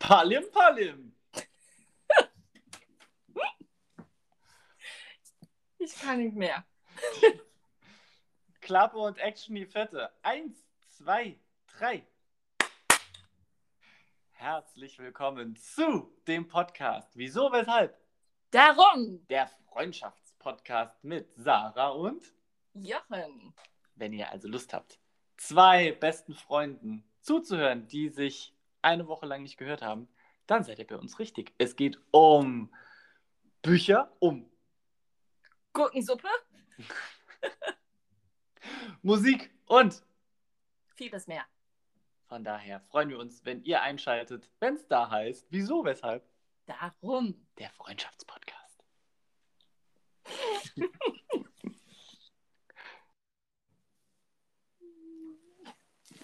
Palim Palim. Ich kann nicht mehr. Klappe und Action die Fette. Eins, zwei, drei. Herzlich willkommen zu dem Podcast Wieso, Weshalb? Darum, Der Freundschaftspodcast mit Sarah und, Jochen. wenn ihr also Lust habt, zwei besten Freunden zuzuhören, die sich eine Woche lang nicht gehört haben, dann seid ihr bei uns richtig. Es geht um Bücher, um Gurkensuppe, Musik und vieles mehr. Von daher freuen wir uns, wenn ihr einschaltet, wenn es da heißt, wieso, weshalb? Darum. Der Freundschaftspodcast.